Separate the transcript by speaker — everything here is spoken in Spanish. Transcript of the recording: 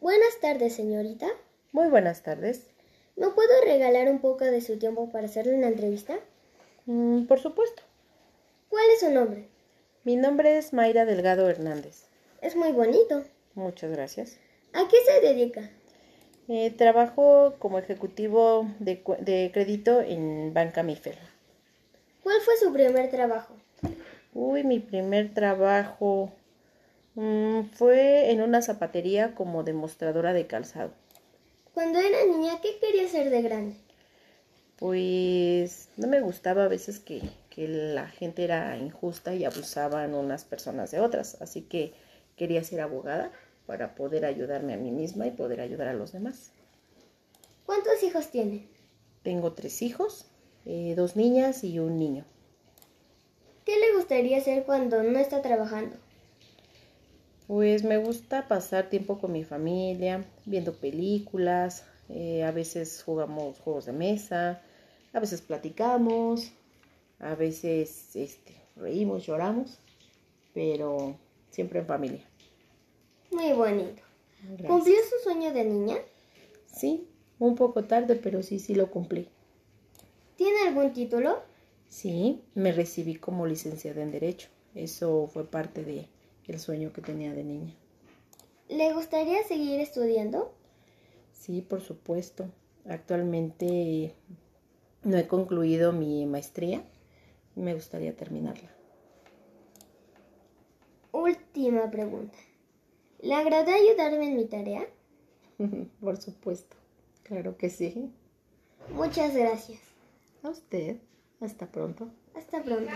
Speaker 1: Buenas tardes, señorita.
Speaker 2: Muy buenas tardes.
Speaker 1: ¿No puedo regalar un poco de su tiempo para hacerle una entrevista?
Speaker 2: Mm, por supuesto.
Speaker 1: ¿Cuál es su nombre?
Speaker 2: Mi nombre es Mayra Delgado Hernández.
Speaker 1: Es muy bonito.
Speaker 2: Muchas gracias.
Speaker 1: ¿A qué se dedica?
Speaker 2: Eh, trabajo como ejecutivo de, cu- de crédito en Banca Mifer.
Speaker 1: ¿Cuál fue su primer trabajo?
Speaker 2: Uy, mi primer trabajo mm, fue en una zapatería como demostradora de calzado.
Speaker 1: Cuando era niña, ¿qué quería ser de grande?
Speaker 2: Pues no me gustaba a veces que, que la gente era injusta y abusaban unas personas de otras, así que quería ser abogada para poder ayudarme a mí misma y poder ayudar a los demás.
Speaker 1: ¿Cuántos hijos tiene?
Speaker 2: Tengo tres hijos, eh, dos niñas y un niño.
Speaker 1: ¿Qué le gustaría hacer cuando no está trabajando?
Speaker 2: Pues me gusta pasar tiempo con mi familia, viendo películas, eh, a veces jugamos juegos de mesa, a veces platicamos, a veces este, reímos, lloramos, pero siempre en familia.
Speaker 1: Muy bonito.
Speaker 2: Gracias.
Speaker 1: ¿Cumplió su sueño de niña?
Speaker 2: Sí, un poco tarde, pero sí, sí lo cumplí.
Speaker 1: ¿Tiene algún título?
Speaker 2: Sí, me recibí como licenciada en Derecho. Eso fue parte de el sueño que tenía de niña.
Speaker 1: ¿Le gustaría seguir estudiando?
Speaker 2: Sí, por supuesto. Actualmente no he concluido mi maestría. Me gustaría terminarla.
Speaker 1: Última pregunta. ¿Le agradó ayudarme en mi tarea?
Speaker 2: Por supuesto. Claro que sí.
Speaker 1: Muchas gracias.
Speaker 2: A usted. Hasta pronto.
Speaker 1: Hasta pronto.